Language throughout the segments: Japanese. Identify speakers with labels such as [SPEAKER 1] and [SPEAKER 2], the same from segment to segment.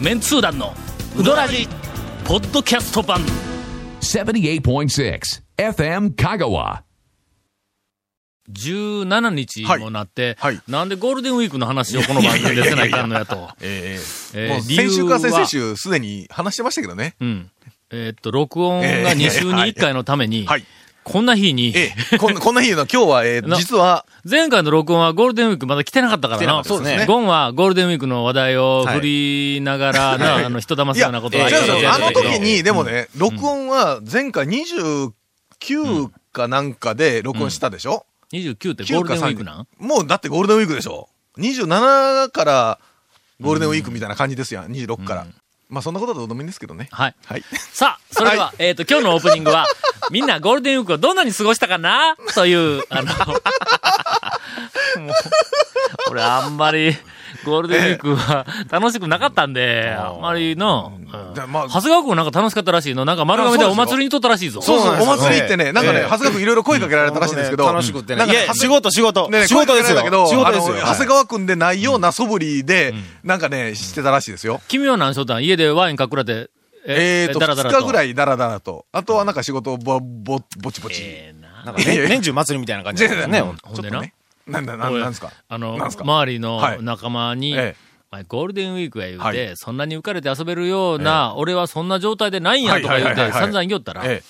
[SPEAKER 1] メンツー団のウドラジポッドキャスト版
[SPEAKER 2] 78.6 FM Kagawa.
[SPEAKER 3] 17日もなって、
[SPEAKER 4] はいはい
[SPEAKER 3] なんでゴールデンウィークの話をこの番組でせないかんのやと。え
[SPEAKER 4] え
[SPEAKER 3] ー
[SPEAKER 4] えもう
[SPEAKER 3] 理由は
[SPEAKER 4] 先週か先々週、すでに話してましたけどね。
[SPEAKER 3] うん。えーっと、録音が2週に1回のために、
[SPEAKER 4] はい。
[SPEAKER 3] こんな日に、
[SPEAKER 4] ええ、こんこんな日の今日は、ええ
[SPEAKER 3] な
[SPEAKER 4] 実は、
[SPEAKER 3] 前回の録音はゴールデンウィークまだ来てなかったから
[SPEAKER 4] 来てなか
[SPEAKER 3] な。
[SPEAKER 4] ったですねそうですね
[SPEAKER 3] ゴンはゴールデンウィークの話題を振りながらな、あの、人騙
[SPEAKER 4] い
[SPEAKER 3] すよ
[SPEAKER 4] や、
[SPEAKER 3] うなこと
[SPEAKER 4] 違うん
[SPEAKER 3] は
[SPEAKER 4] で
[SPEAKER 3] 言
[SPEAKER 4] す
[SPEAKER 3] う
[SPEAKER 4] よあの時
[SPEAKER 3] けど
[SPEAKER 4] に、でもね、録音は前回29かなんかで録音したでしょ、
[SPEAKER 3] 29ってゴー
[SPEAKER 4] 9
[SPEAKER 3] ル
[SPEAKER 4] か
[SPEAKER 3] デンウィ
[SPEAKER 4] 3
[SPEAKER 3] ークなん
[SPEAKER 4] もうだってゴールデンウィークでしょ ?27 からゴールデンウィークみたいな感じですやん、26から。まあそんなことだとどうでもいいんですけどね。
[SPEAKER 3] はい。
[SPEAKER 4] はい。
[SPEAKER 3] さあ、それでは、
[SPEAKER 4] は
[SPEAKER 3] えっ、と、今日のオープニングは、みんなゴールデンウィークをどんなに過ごしたかなという、あの、もう、俺あんまり、ゴールデンウィークは楽しくなかったんで、あんまりの、うん
[SPEAKER 4] じゃあまあ
[SPEAKER 3] 長谷川くんなんか楽しかったらしいの。なんか丸亀でお祭りにとったらしいぞ。
[SPEAKER 4] そうそう、お
[SPEAKER 5] そうなんですよ
[SPEAKER 4] 祭り行ってね、なんかね、
[SPEAKER 5] ええ
[SPEAKER 4] 長谷川くんいろいろ声かけられたらしいんですけど。
[SPEAKER 5] 楽しくってね。
[SPEAKER 4] なんか
[SPEAKER 5] いや、
[SPEAKER 4] 長
[SPEAKER 5] 仕
[SPEAKER 4] 谷
[SPEAKER 5] 事、仕事。
[SPEAKER 4] ね、
[SPEAKER 5] 仕事ですよ。
[SPEAKER 4] だけど、
[SPEAKER 5] 仕事ですよ。
[SPEAKER 4] あの長谷川くんでないような素振りで、なんかね、してたらしいですよ。
[SPEAKER 3] 君は何しょったん家でワインかくらて、
[SPEAKER 4] えーと、
[SPEAKER 3] だらだら
[SPEAKER 4] 2日ぐら
[SPEAKER 3] い。
[SPEAKER 4] いダラダラと。あとはなんか仕事をぼ、ぼ、ぼちぼち。
[SPEAKER 3] ええ
[SPEAKER 5] な
[SPEAKER 3] な。
[SPEAKER 5] んかね
[SPEAKER 4] いやいや
[SPEAKER 5] 年中祭りみたいな感じです
[SPEAKER 4] ね
[SPEAKER 5] ね。
[SPEAKER 3] ほんでな
[SPEAKER 4] ちょっとねなんだ、なん
[SPEAKER 3] おい
[SPEAKER 4] なんですか
[SPEAKER 3] あの、
[SPEAKER 4] なんすか
[SPEAKER 3] 周りの
[SPEAKER 4] はい
[SPEAKER 3] 仲間に、
[SPEAKER 4] ええ
[SPEAKER 3] お前ゴールデンウィークや言うて、
[SPEAKER 4] はい
[SPEAKER 3] そんなに浮かれて遊べるような、俺はそんな状態でないんやとか言う
[SPEAKER 4] はいはいはい
[SPEAKER 3] て、
[SPEAKER 4] はいはい
[SPEAKER 3] 散々言おったら、
[SPEAKER 4] え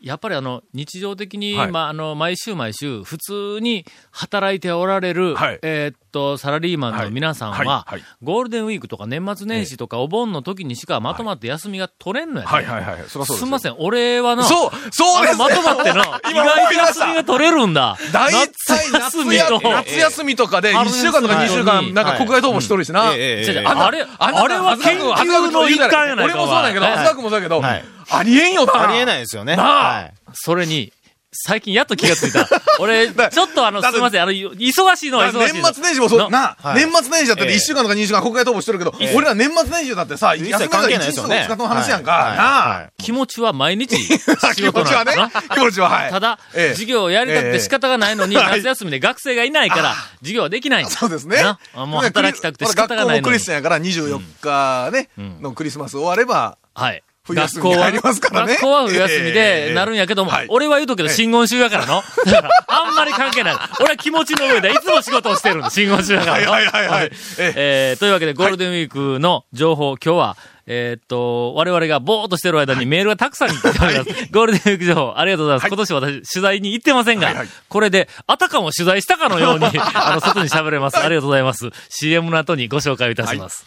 [SPEAKER 3] やっぱりあの、日常的に、
[SPEAKER 4] はい
[SPEAKER 3] まあ、あの、毎週毎週、普通に働いておられる、
[SPEAKER 4] はい
[SPEAKER 3] えーっと、サラリーマンの皆さんは、
[SPEAKER 4] はいはいはい
[SPEAKER 3] ゴールデンウィークとか年末年始とかお盆の時にしかまとまって休みが取れんのや
[SPEAKER 4] え
[SPEAKER 3] ね
[SPEAKER 4] はいはいはい。そりゃそうです
[SPEAKER 3] す
[SPEAKER 4] よ。
[SPEAKER 3] みません、俺はな、
[SPEAKER 4] そうそうで
[SPEAKER 3] あ
[SPEAKER 4] す
[SPEAKER 3] のまとまっての、意
[SPEAKER 4] 今
[SPEAKER 3] 外
[SPEAKER 4] 思い
[SPEAKER 3] と
[SPEAKER 4] 出した
[SPEAKER 3] 休みが取れるんだ。
[SPEAKER 4] 大体夏休み
[SPEAKER 3] 夏休みと
[SPEAKER 4] 夏休みとかで、
[SPEAKER 3] あの
[SPEAKER 4] 1週間とか2週間、なんか国外逃亡しとるしな。
[SPEAKER 5] ええええええ
[SPEAKER 3] 違う違うあれ、あれは研究の一環やないか。
[SPEAKER 4] 俺もそうだけど、
[SPEAKER 3] お前
[SPEAKER 4] 浅田君もそうだけど、
[SPEAKER 5] はい
[SPEAKER 4] ありえんよな。
[SPEAKER 5] ありえないですよね。
[SPEAKER 4] なあ
[SPEAKER 5] はい
[SPEAKER 3] それに、最近やっと気がつい た。俺、ち
[SPEAKER 4] だ
[SPEAKER 3] ょっとあの、
[SPEAKER 4] だっ
[SPEAKER 3] す
[SPEAKER 4] て
[SPEAKER 3] みません、あの、忙しいのは
[SPEAKER 4] だから
[SPEAKER 3] 忙しい
[SPEAKER 4] 年
[SPEAKER 3] の。
[SPEAKER 4] 末年始もそう、
[SPEAKER 3] な
[SPEAKER 4] な、
[SPEAKER 5] はい
[SPEAKER 4] 年末年始だって
[SPEAKER 5] ええ
[SPEAKER 4] 1週間とか2週間国外逃亡してるけど、俺ら年末年始だってさ、休み
[SPEAKER 5] 一
[SPEAKER 4] だ
[SPEAKER 5] 切
[SPEAKER 4] か
[SPEAKER 5] 関
[SPEAKER 4] ら
[SPEAKER 5] 係な
[SPEAKER 4] 1
[SPEAKER 5] いで
[SPEAKER 4] 日
[SPEAKER 5] す
[SPEAKER 4] と
[SPEAKER 5] よ
[SPEAKER 4] か
[SPEAKER 5] ね。
[SPEAKER 4] 2日の話やんか。
[SPEAKER 5] はい
[SPEAKER 4] なあ
[SPEAKER 5] はい
[SPEAKER 3] 気持ちは毎日
[SPEAKER 4] 気
[SPEAKER 3] 仕
[SPEAKER 4] 持
[SPEAKER 3] 事
[SPEAKER 4] ち
[SPEAKER 3] な
[SPEAKER 4] は
[SPEAKER 3] んだ
[SPEAKER 4] ね
[SPEAKER 3] な。、
[SPEAKER 4] 気持ちははい。
[SPEAKER 3] ただ、
[SPEAKER 4] ええ
[SPEAKER 3] 授業をやりたくて仕方がないのに、
[SPEAKER 4] ええ はい
[SPEAKER 3] 夏休みで学生がいないから、授業はできないんだ。
[SPEAKER 4] そうですね
[SPEAKER 3] な。あもう働きたくて仕方が
[SPEAKER 4] ほ
[SPEAKER 3] ない
[SPEAKER 4] ら学校も
[SPEAKER 3] の
[SPEAKER 4] ク
[SPEAKER 3] に
[SPEAKER 4] リス。チャンやから24日ね、
[SPEAKER 3] ん
[SPEAKER 4] のクリスマス終われば、
[SPEAKER 3] はい。
[SPEAKER 4] 冬休みに入りますからね
[SPEAKER 3] 学校は学校は冬休み
[SPEAKER 4] え
[SPEAKER 3] で
[SPEAKER 4] え
[SPEAKER 3] なるんやけども、
[SPEAKER 4] はい
[SPEAKER 3] 俺は言うとくけど、
[SPEAKER 4] ええ
[SPEAKER 3] 新言集やからの。 だからあんまり関係ない。俺は気持ちの上でいつも仕事をしてるんだ、新言集やからの。
[SPEAKER 4] はいはいはいはいえ
[SPEAKER 3] えーというわけで、ゴールデンウィークの情報、今日は、えーっと、我々がぼーっとしてる間にメールがたくさん来ております。ゴールデンウィーク情報、ありがとうございます。今年私、取材に行ってませんが、
[SPEAKER 4] はいはい
[SPEAKER 3] これで、あたかも取材したかのように、 あの、外に喋れます。ありがとうございます。CM の後にご紹介をいたします。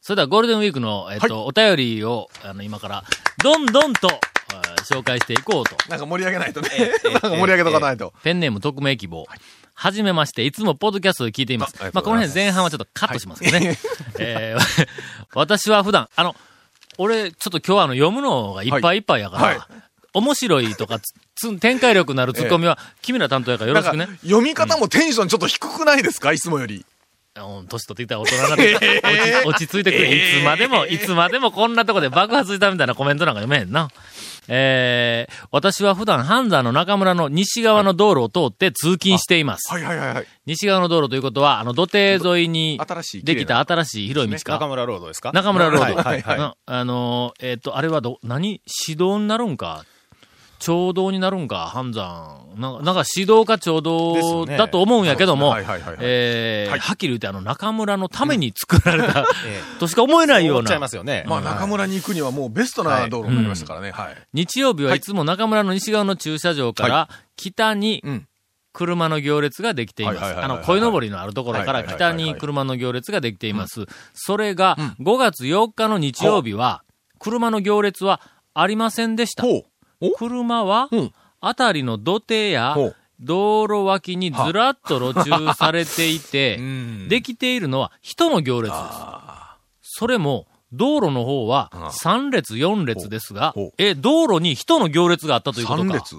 [SPEAKER 3] それではゴールデンウィークの、えっと、お便りを、あの、今から、どんどんと、えー紹介していこうと。
[SPEAKER 4] なんか盛り上げないとね。
[SPEAKER 5] ええ
[SPEAKER 4] なんか盛り上げとかないと。
[SPEAKER 3] ペンネーム匿名希望。はじめまして、いつもポッドキャストで聞いています。
[SPEAKER 4] ああり
[SPEAKER 3] まあ、
[SPEAKER 4] がと
[SPEAKER 3] こ
[SPEAKER 4] うご
[SPEAKER 3] の
[SPEAKER 4] ざいます
[SPEAKER 3] 辺前半はちょっとカットしますけどね。 えー 私は普段、あの、俺、ちょっと今日はあの、読むのがいっぱいいっぱいやから、
[SPEAKER 4] はい
[SPEAKER 3] 面白いとかつつ、展開力のあるツッコミは、君ら担当やからよ
[SPEAKER 4] な
[SPEAKER 3] ろ
[SPEAKER 4] ん
[SPEAKER 3] し
[SPEAKER 4] か
[SPEAKER 3] くね。
[SPEAKER 4] 読み方もテンションちょっと低くないですかいつもより。
[SPEAKER 3] うん年取ってきたら大人にな ってきた落ち、落ち着いてくれ。いつまでも、いつまでもこんなとこで爆発したみたいなコメントなんか読めへんな。えー、私は普段、ハンザーの中村の西側の道路を通って通勤しています。
[SPEAKER 4] はいはいはいはい。
[SPEAKER 3] 西側の道路ということは、あの、土手沿いに
[SPEAKER 4] ど新しい綺
[SPEAKER 3] で
[SPEAKER 4] 麗な
[SPEAKER 3] きた新しい広い道
[SPEAKER 5] 中
[SPEAKER 3] か。
[SPEAKER 5] 村ロードですか
[SPEAKER 3] 中村ロード。
[SPEAKER 5] はいはいはい。
[SPEAKER 3] なあのー、えっ、と、あれはど、何指導になるんか町道になるんか半山。なんか、なんか指導か町
[SPEAKER 5] ですよ
[SPEAKER 3] 道
[SPEAKER 5] ね
[SPEAKER 3] だと思うんやけども、
[SPEAKER 4] そうですねはいはいはいはい
[SPEAKER 3] えー
[SPEAKER 4] はい
[SPEAKER 3] はっきり言ってあの、中村のために作られた、
[SPEAKER 5] え
[SPEAKER 3] としか思えな
[SPEAKER 5] え
[SPEAKER 3] いよう
[SPEAKER 5] 思っちゃい
[SPEAKER 3] な
[SPEAKER 5] ま。すよね。
[SPEAKER 4] まあ中村に行くにはもうベストな道路になりましたからね。はい。
[SPEAKER 3] 日曜日はいつも中村の西側の駐車場から、北に
[SPEAKER 4] うん
[SPEAKER 3] 車の行列ができています。
[SPEAKER 4] はいはいはい
[SPEAKER 3] あ
[SPEAKER 4] はい
[SPEAKER 3] の、鯉のぼりのあるところから
[SPEAKER 4] はいはいはいは
[SPEAKER 3] 北
[SPEAKER 4] いは
[SPEAKER 3] に
[SPEAKER 4] い
[SPEAKER 3] 車の行列ができています。それが、5月4日の日曜日は、車の行列はありませんでした。
[SPEAKER 4] ほう。
[SPEAKER 3] 車は
[SPEAKER 4] うん、
[SPEAKER 3] あたりの土手や
[SPEAKER 4] ほう、
[SPEAKER 3] 道路脇にずらっと路駐されてい て、
[SPEAKER 4] ん
[SPEAKER 3] できているのは人の行列です。それも、道路の方は3列4列ですが
[SPEAKER 4] ほうほう、
[SPEAKER 3] え、道路に人の行列があったということ
[SPEAKER 4] 三
[SPEAKER 3] か。
[SPEAKER 4] 列。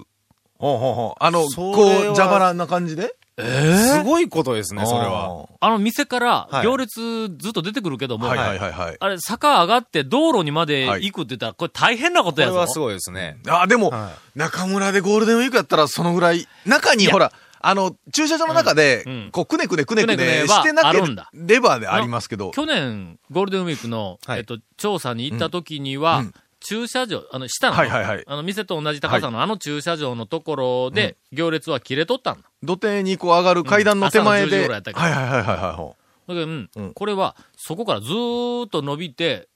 [SPEAKER 4] ほうほうほう。あの、
[SPEAKER 6] そ
[SPEAKER 4] こ
[SPEAKER 6] れ
[SPEAKER 4] う
[SPEAKER 6] は、
[SPEAKER 4] 蛇腹な感じで
[SPEAKER 6] すごいことですね、それ。
[SPEAKER 4] あ
[SPEAKER 6] は。
[SPEAKER 4] ー
[SPEAKER 3] あの店から
[SPEAKER 6] はい
[SPEAKER 3] 行列ずっと出てくるけども、
[SPEAKER 4] はいはいはいはい。
[SPEAKER 3] あれ坂上がって道路にまで行くって言ったら、これ大変なこ
[SPEAKER 6] ことれ
[SPEAKER 3] やぞ。
[SPEAKER 6] はすごいですね。
[SPEAKER 4] あ、でも、
[SPEAKER 6] は
[SPEAKER 4] 中村でゴールデンウィークやったらそのぐらい、中にほら、あの、駐車場の中で、
[SPEAKER 3] うんうん
[SPEAKER 4] こう、くねくねくねくね
[SPEAKER 3] くねくねは
[SPEAKER 4] してな
[SPEAKER 3] あ
[SPEAKER 4] け
[SPEAKER 3] るんだ
[SPEAKER 4] ればでありますけど、
[SPEAKER 3] 去年、ゴールデンウィークの、
[SPEAKER 6] はい
[SPEAKER 3] えっと、調査に行った時には、
[SPEAKER 4] うん
[SPEAKER 3] 駐車場、あの、下の、
[SPEAKER 4] はいはいはい
[SPEAKER 3] あの、店と同じ高さの、あの駐車場のところで、行列は切れとったんだ。
[SPEAKER 4] 土手にこう上がる階段の手
[SPEAKER 3] う
[SPEAKER 4] 前
[SPEAKER 3] ん朝の10時
[SPEAKER 4] で、
[SPEAKER 3] ぐら
[SPEAKER 4] はい
[SPEAKER 3] やっ
[SPEAKER 4] い
[SPEAKER 3] た
[SPEAKER 4] はい
[SPEAKER 3] けど
[SPEAKER 4] はいはいはいほう。
[SPEAKER 3] だけど、うん
[SPEAKER 4] うん
[SPEAKER 3] これは、そこからずーっと伸びて、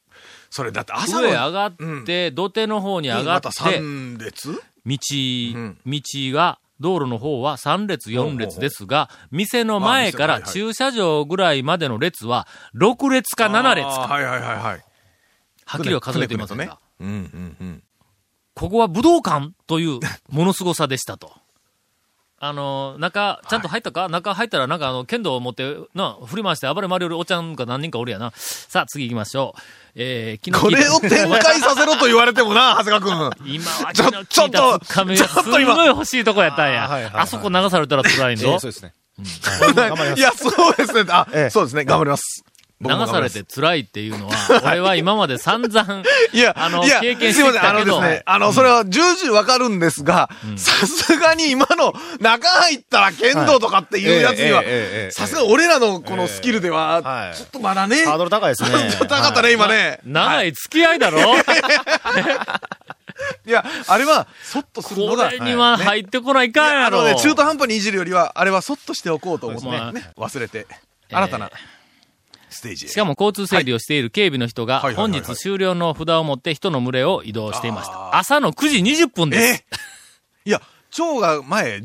[SPEAKER 4] それだって朝
[SPEAKER 3] 上へ
[SPEAKER 4] の、
[SPEAKER 3] 上がって、土手の方に上が
[SPEAKER 4] ま
[SPEAKER 3] って
[SPEAKER 4] た、三
[SPEAKER 3] 道、
[SPEAKER 4] 列ん
[SPEAKER 3] 道が、道路の方は3列4列ですが、店の前か
[SPEAKER 4] あ
[SPEAKER 3] ら
[SPEAKER 4] 店はいは
[SPEAKER 3] 駐
[SPEAKER 4] い
[SPEAKER 3] 車場ぐらいまでの列は、6列か7列
[SPEAKER 4] あー
[SPEAKER 3] か。
[SPEAKER 4] はいはいはいはい。
[SPEAKER 3] はっきりは数えていませんが、
[SPEAKER 4] くねくねとね。うんうんうん。
[SPEAKER 3] ここは武道館というものすごさでした と。あの、中、ちゃんと入ったか、中入ったらなんかあの、剣道を持って、な、振り回して暴れ回れるおっちゃんが何人かおるやな。さあ、次行きましょう。えー、昨
[SPEAKER 4] こ
[SPEAKER 3] 日聞い
[SPEAKER 4] れ
[SPEAKER 3] た
[SPEAKER 4] を展開させろと言われてもな、長谷川く ん。
[SPEAKER 3] 今は
[SPEAKER 4] ちょ
[SPEAKER 3] 昨日聞い
[SPEAKER 4] ちょ
[SPEAKER 3] た
[SPEAKER 4] っと
[SPEAKER 3] つかみが
[SPEAKER 4] ちょっ
[SPEAKER 3] す
[SPEAKER 4] と
[SPEAKER 3] んごい
[SPEAKER 4] 今
[SPEAKER 3] 欲しいとこやったんや。あ
[SPEAKER 6] あはいはいはい
[SPEAKER 3] そこ流されたら辛い
[SPEAKER 6] え
[SPEAKER 3] ぞ
[SPEAKER 6] ー。そうですね。
[SPEAKER 4] いや、そうですね。あ、
[SPEAKER 6] ええ
[SPEAKER 4] そうですね。頑張ります。
[SPEAKER 3] 流
[SPEAKER 4] 僕も頑
[SPEAKER 3] さ
[SPEAKER 4] 張り
[SPEAKER 3] れ
[SPEAKER 4] ます
[SPEAKER 3] て辛いって いうのは、俺は今まで散々、
[SPEAKER 4] いや、
[SPEAKER 3] あの
[SPEAKER 4] いや
[SPEAKER 3] 経験して
[SPEAKER 4] すいませ
[SPEAKER 3] き
[SPEAKER 4] ん、
[SPEAKER 3] た
[SPEAKER 4] あ
[SPEAKER 3] け
[SPEAKER 4] の
[SPEAKER 3] ど
[SPEAKER 4] ですね、あの、それは重々わかるんですが、さすがに今の中入ったら剣道とかっていうやつには
[SPEAKER 6] えええええええ、え
[SPEAKER 4] さすが俺らのこのスキルで
[SPEAKER 6] は
[SPEAKER 4] は、
[SPEAKER 6] い
[SPEAKER 4] ちょっとまだね、
[SPEAKER 6] ハードル高いですね。
[SPEAKER 4] 高かったね、今ね。
[SPEAKER 3] 長い付き合いだろ、
[SPEAKER 4] いや、あれは、そっとするの
[SPEAKER 3] こ
[SPEAKER 4] が、
[SPEAKER 3] れには入ってこないかんや
[SPEAKER 4] あ
[SPEAKER 3] ろ。
[SPEAKER 4] のね、中途半端にいじるよりは、あれはそっとしておこうと思って、
[SPEAKER 3] そうですね
[SPEAKER 4] ね忘れて、新たなステージへ。
[SPEAKER 3] しかも交通整理をしている警備の人が、
[SPEAKER 4] はいはいは
[SPEAKER 3] 本
[SPEAKER 4] いはい
[SPEAKER 3] 日終了の札を持って人の群れを移動していました。朝の9時20分です。
[SPEAKER 4] えいや、蝶が前、10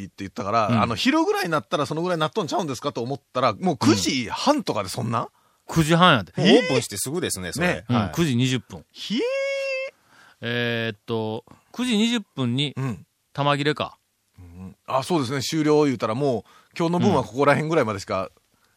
[SPEAKER 4] 時って言ったから、あの、昼ぐらいになったらそのぐらいになっとんちゃうんですかと思ったら、もう9時半とかでそんな、
[SPEAKER 3] 9時半やで。
[SPEAKER 6] もうオープンしてすぐですね、それ
[SPEAKER 4] ね。
[SPEAKER 3] うん、
[SPEAKER 6] はい
[SPEAKER 3] 9時20分。
[SPEAKER 4] ひえ
[SPEAKER 3] えーっと、9時20分に
[SPEAKER 4] ーうん。
[SPEAKER 3] 玉切れか。
[SPEAKER 4] あ、そうですね、終了言うたらもう、今日の分はここら辺ぐらいまでしか、
[SPEAKER 3] うん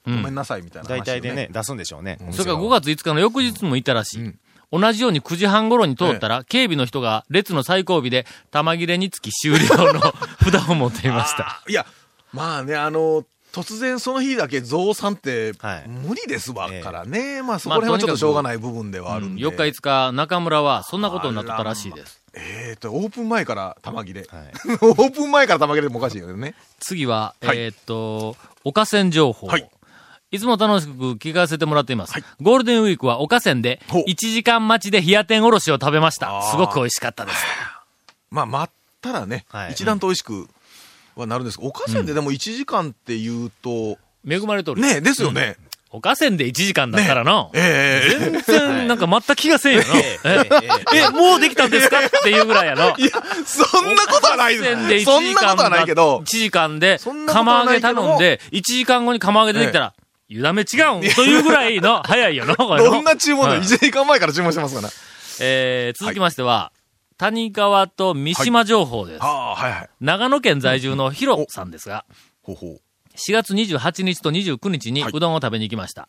[SPEAKER 4] ごめんなさいみたいな話、
[SPEAKER 6] 大体で。ね、出すんでしょうね。
[SPEAKER 3] それから5月5日の翌日もいたらしい。同じように9時半頃に通ったら、警備の人が列の最後尾で玉切れにつき終了の 札を持っていました。
[SPEAKER 4] いや、まあね、あの、突然その日だけ増産って
[SPEAKER 6] はい
[SPEAKER 4] 無理ですわ
[SPEAKER 6] ええ
[SPEAKER 4] からね。まあそこら辺はちょっとしょうがない部分ではあるんで。
[SPEAKER 3] 4日5日、中村はそんなことになってたらしいです。
[SPEAKER 4] えっ、と、 オープン前から玉切れ。
[SPEAKER 6] はい。
[SPEAKER 4] オープン前から玉切れでもおかしいよね。
[SPEAKER 3] 次は、
[SPEAKER 4] はい
[SPEAKER 3] えーっと、おかせん情報。
[SPEAKER 4] はい
[SPEAKER 3] いつも楽しく聞かせてもらっています。ゴールデンウィークはおかせんで、
[SPEAKER 4] ほう
[SPEAKER 3] 1時間待ちで冷や天おろしを食べました。
[SPEAKER 4] あー
[SPEAKER 3] すごく美味しかったです。
[SPEAKER 4] まあ待ったらね、
[SPEAKER 6] はい
[SPEAKER 4] 一段と美味しくはなるんですが、おかせんででも1時間っていうと、
[SPEAKER 3] 恵まれとる。
[SPEAKER 4] ねえ、ですよね。
[SPEAKER 3] おかせんで1時間だったらの、
[SPEAKER 4] ええ
[SPEAKER 3] 全然なんか全く気がせんよな。ええ、もうできたんですかっていうぐらいやろ。
[SPEAKER 4] いや、そんなことはない
[SPEAKER 3] おかせんで
[SPEAKER 4] で
[SPEAKER 3] 1
[SPEAKER 4] す。そ
[SPEAKER 3] 時
[SPEAKER 4] んな
[SPEAKER 3] 間
[SPEAKER 4] ことはないけど
[SPEAKER 3] 1、時間で
[SPEAKER 4] そん、なこと
[SPEAKER 3] 釜
[SPEAKER 4] は
[SPEAKER 3] 揚
[SPEAKER 4] な
[SPEAKER 3] げ
[SPEAKER 4] いけども
[SPEAKER 3] 頼んで、1時間後に釜揚げ出てきたら、ゆだめ違うんというぐらいの、早いよな、これの
[SPEAKER 4] どんな注文だ
[SPEAKER 3] う
[SPEAKER 4] よ、
[SPEAKER 3] ん
[SPEAKER 4] ?1 時間前から注文してますから。
[SPEAKER 3] えー続きましては、谷川と三島情報です。
[SPEAKER 4] ああ、はいはい。
[SPEAKER 3] 長野県在住のヒロさんですが、
[SPEAKER 4] ほうほう。
[SPEAKER 3] 4月28日と29日に
[SPEAKER 4] はいう
[SPEAKER 3] どんを食べに行きました。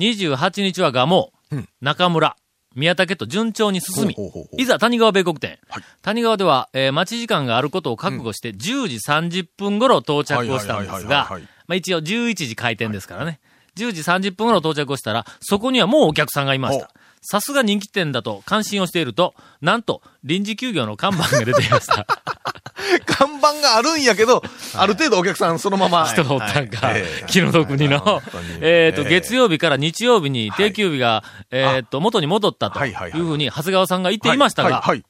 [SPEAKER 3] 28日は蒲生、
[SPEAKER 4] うん
[SPEAKER 3] 中村、宮武と順調に進み
[SPEAKER 4] ほうほうほうほ、う
[SPEAKER 3] いざ谷川米国店。
[SPEAKER 4] はい
[SPEAKER 3] 谷川では、えー待ち時間があることを覚悟して、10時30分頃到着をしたんですが
[SPEAKER 4] はいはいはいはいはい、
[SPEAKER 3] まあ一応11時開店ですからね。10時30分頃到着をしたら、そこにはもうお客さんがいました
[SPEAKER 4] ほ。
[SPEAKER 3] さすが人気店だと関心をしていると、なんと臨時休業の看板が出ていま した。
[SPEAKER 4] 看板があるんやけど、ある程度お客さんそのまま。
[SPEAKER 3] 人がおったんか
[SPEAKER 4] はいはいえ、え
[SPEAKER 3] 気の毒にの
[SPEAKER 4] 本当に。
[SPEAKER 3] えっと、
[SPEAKER 4] ええ
[SPEAKER 3] 月曜日から日曜日に定休日が、えっと、元に戻ったと
[SPEAKER 4] はいいはいはいう
[SPEAKER 3] ふうに、長谷川さんが言っていましたが
[SPEAKER 4] は、い。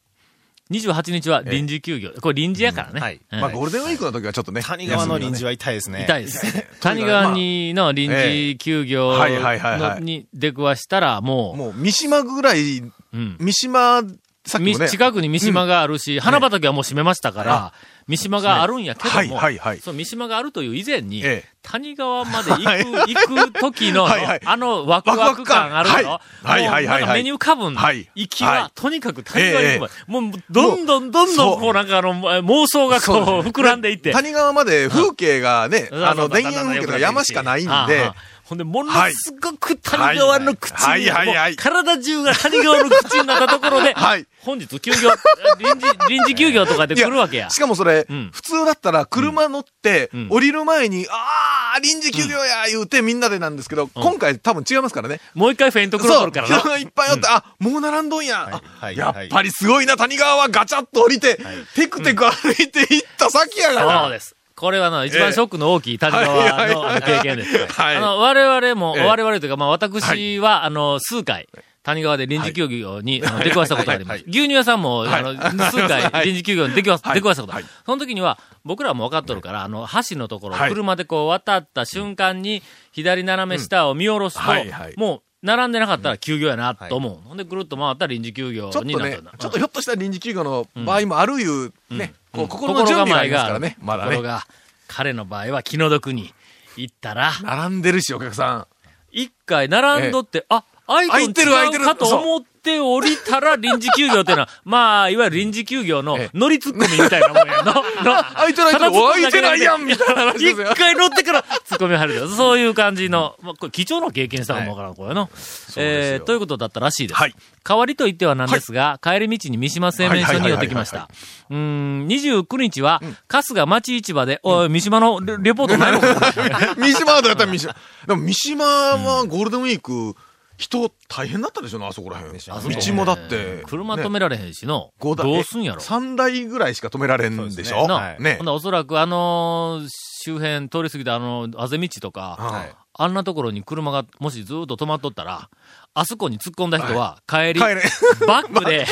[SPEAKER 3] 28日は臨時休業。これ臨時やからね。
[SPEAKER 6] うんはい
[SPEAKER 3] うん
[SPEAKER 4] まあゴールデンウィークの時はちょっとね。
[SPEAKER 6] 谷川の臨時は痛いですね。
[SPEAKER 3] 痛
[SPEAKER 6] い。
[SPEAKER 3] いです。 谷川にの臨時休業
[SPEAKER 4] はいはいはい
[SPEAKER 3] の
[SPEAKER 4] はい
[SPEAKER 3] に出くわしたら、も
[SPEAKER 4] もう三島ぐらい、
[SPEAKER 3] う、うん
[SPEAKER 4] 三島、さっき
[SPEAKER 3] み
[SPEAKER 4] もね。
[SPEAKER 3] 近くに三島があるし、花畑はもう閉めましたから、三島があるんやけど
[SPEAKER 4] はい
[SPEAKER 3] も
[SPEAKER 4] はいは、い
[SPEAKER 3] そう三島があるという以前に
[SPEAKER 4] ええ、
[SPEAKER 3] 谷川ま で行く、行く時の、
[SPEAKER 4] はいはい
[SPEAKER 3] あのワクワク感ある
[SPEAKER 4] はい
[SPEAKER 3] の、
[SPEAKER 4] はいはいは
[SPEAKER 3] も
[SPEAKER 4] いはい
[SPEAKER 3] うなんか目に浮かぶんだ、
[SPEAKER 4] はい
[SPEAKER 3] 行きは、
[SPEAKER 4] はい
[SPEAKER 3] とにかく谷川に行くまで、もう、
[SPEAKER 4] も
[SPEAKER 3] ど
[SPEAKER 4] うん
[SPEAKER 3] どんどんど
[SPEAKER 4] そ
[SPEAKER 3] ん、
[SPEAKER 4] う
[SPEAKER 3] こうなんかあの、妄想がこう、膨らんでいって。
[SPEAKER 4] 谷川まで風景がね、
[SPEAKER 3] うんそ
[SPEAKER 4] あ
[SPEAKER 3] う
[SPEAKER 4] の、
[SPEAKER 3] そう
[SPEAKER 4] 田園風景と
[SPEAKER 3] だ
[SPEAKER 4] か
[SPEAKER 3] んだん
[SPEAKER 4] 山しかないん
[SPEAKER 3] あああ
[SPEAKER 4] で
[SPEAKER 3] あ、ほんで、ものすごく
[SPEAKER 4] は
[SPEAKER 3] 谷
[SPEAKER 4] い
[SPEAKER 3] 川の口に、
[SPEAKER 4] はいはいはい
[SPEAKER 3] もう体中が谷川の口になったところで、
[SPEAKER 4] はい
[SPEAKER 3] 本日休業、臨時、臨時休業とかで来るわけや。
[SPEAKER 4] しかもそれ、
[SPEAKER 3] うん
[SPEAKER 4] 普通だったら車乗って、
[SPEAKER 3] うん
[SPEAKER 4] 降りる前に、あー、臨時休業や言うてみんなでなんですけど、今回多分違いますからね。
[SPEAKER 3] もう一回フェイントクロー
[SPEAKER 4] そ
[SPEAKER 3] 取
[SPEAKER 4] う、
[SPEAKER 3] るから
[SPEAKER 4] 人
[SPEAKER 3] な。
[SPEAKER 4] がいっぱいあって、あ、もう並んどんや。あ
[SPEAKER 6] はい
[SPEAKER 4] や
[SPEAKER 6] は
[SPEAKER 4] っ
[SPEAKER 6] い
[SPEAKER 4] ぱりすごいな、谷川はガチャッと降りて、テクテク歩いていった先やから。
[SPEAKER 3] そうです。これはな、一番ショックの大きい谷川の経験です。
[SPEAKER 4] はい
[SPEAKER 3] あの、我々も、
[SPEAKER 4] ええ
[SPEAKER 3] 我々というか、まあ私は、あの、数回、谷川で臨時休業に、あの出くわしたことがあります。牛乳屋さんも、あの、数回臨時休業に出くわ、
[SPEAKER 4] はい
[SPEAKER 3] 出くわしたことある
[SPEAKER 4] は
[SPEAKER 3] その時には、僕らはもう分かっとるから、あの、橋のところ、
[SPEAKER 4] はい
[SPEAKER 3] 車でこう渡った瞬間に、左斜め下を見下ろすと
[SPEAKER 4] うんはいはい、
[SPEAKER 3] もう、並んでなかったら休業やなと思う。ほんで、ぐるっと回ったら臨時休業
[SPEAKER 4] ちょっと
[SPEAKER 3] になっ
[SPEAKER 4] ね
[SPEAKER 3] たんだ、
[SPEAKER 4] ちょっとひょっとしたら臨時休業の場合もあるいう、ね、こう心の
[SPEAKER 3] 心
[SPEAKER 4] 準備
[SPEAKER 3] 構
[SPEAKER 4] があ
[SPEAKER 3] え
[SPEAKER 4] り
[SPEAKER 3] が
[SPEAKER 4] ますか
[SPEAKER 3] あ
[SPEAKER 4] ら
[SPEAKER 3] る
[SPEAKER 4] ね、まだ
[SPEAKER 3] ところ
[SPEAKER 4] ね。
[SPEAKER 3] が、彼の場合は気の毒に行ったら、
[SPEAKER 4] 並んでるし、お客さん。
[SPEAKER 3] 一回並んどって、あ、アイコン
[SPEAKER 4] 空いてる空いて
[SPEAKER 3] 違う
[SPEAKER 4] る
[SPEAKER 3] かと思って降りたら臨時休業 っていうのは、まあ、いわゆる臨時休業の
[SPEAKER 4] ええ
[SPEAKER 3] 乗りツッコミみたいなもん やの。空
[SPEAKER 4] いてない空いてないやんみたいな話ですよ
[SPEAKER 3] 一回乗ってからツッコミ入るよ。そういう感じの、まあ、これ貴重な経験したかもわからん、これの。
[SPEAKER 4] うですよ
[SPEAKER 3] えーということだったらしいです。
[SPEAKER 4] はい
[SPEAKER 3] 代わりと言ってはなんですが、帰り道に三島製麺所に寄ってきまし
[SPEAKER 4] は
[SPEAKER 3] た。うーん、29日は、春日町市場で、おい、三島のレレポートないのか
[SPEAKER 4] 三島はどうやったら三島。でも三島はゴールデンウィーク、人大変だったでしょうな、あそこら辺。
[SPEAKER 6] ょうね
[SPEAKER 4] 道もだって。
[SPEAKER 3] 車止
[SPEAKER 4] ね
[SPEAKER 3] められへんしの。
[SPEAKER 4] 五台
[SPEAKER 3] どうすんやろ。
[SPEAKER 4] 3台ぐらいしか止められんでしょ
[SPEAKER 3] な、
[SPEAKER 6] はい
[SPEAKER 4] ね
[SPEAKER 3] ほんならおそらくあのー周辺通り過ぎたあの、あぜ道とか、
[SPEAKER 4] はい
[SPEAKER 3] あんなところに車がもしずーっと止まっとったら、あそこに突っ込んだ人は帰り、
[SPEAKER 4] 帰れ。
[SPEAKER 3] バック で、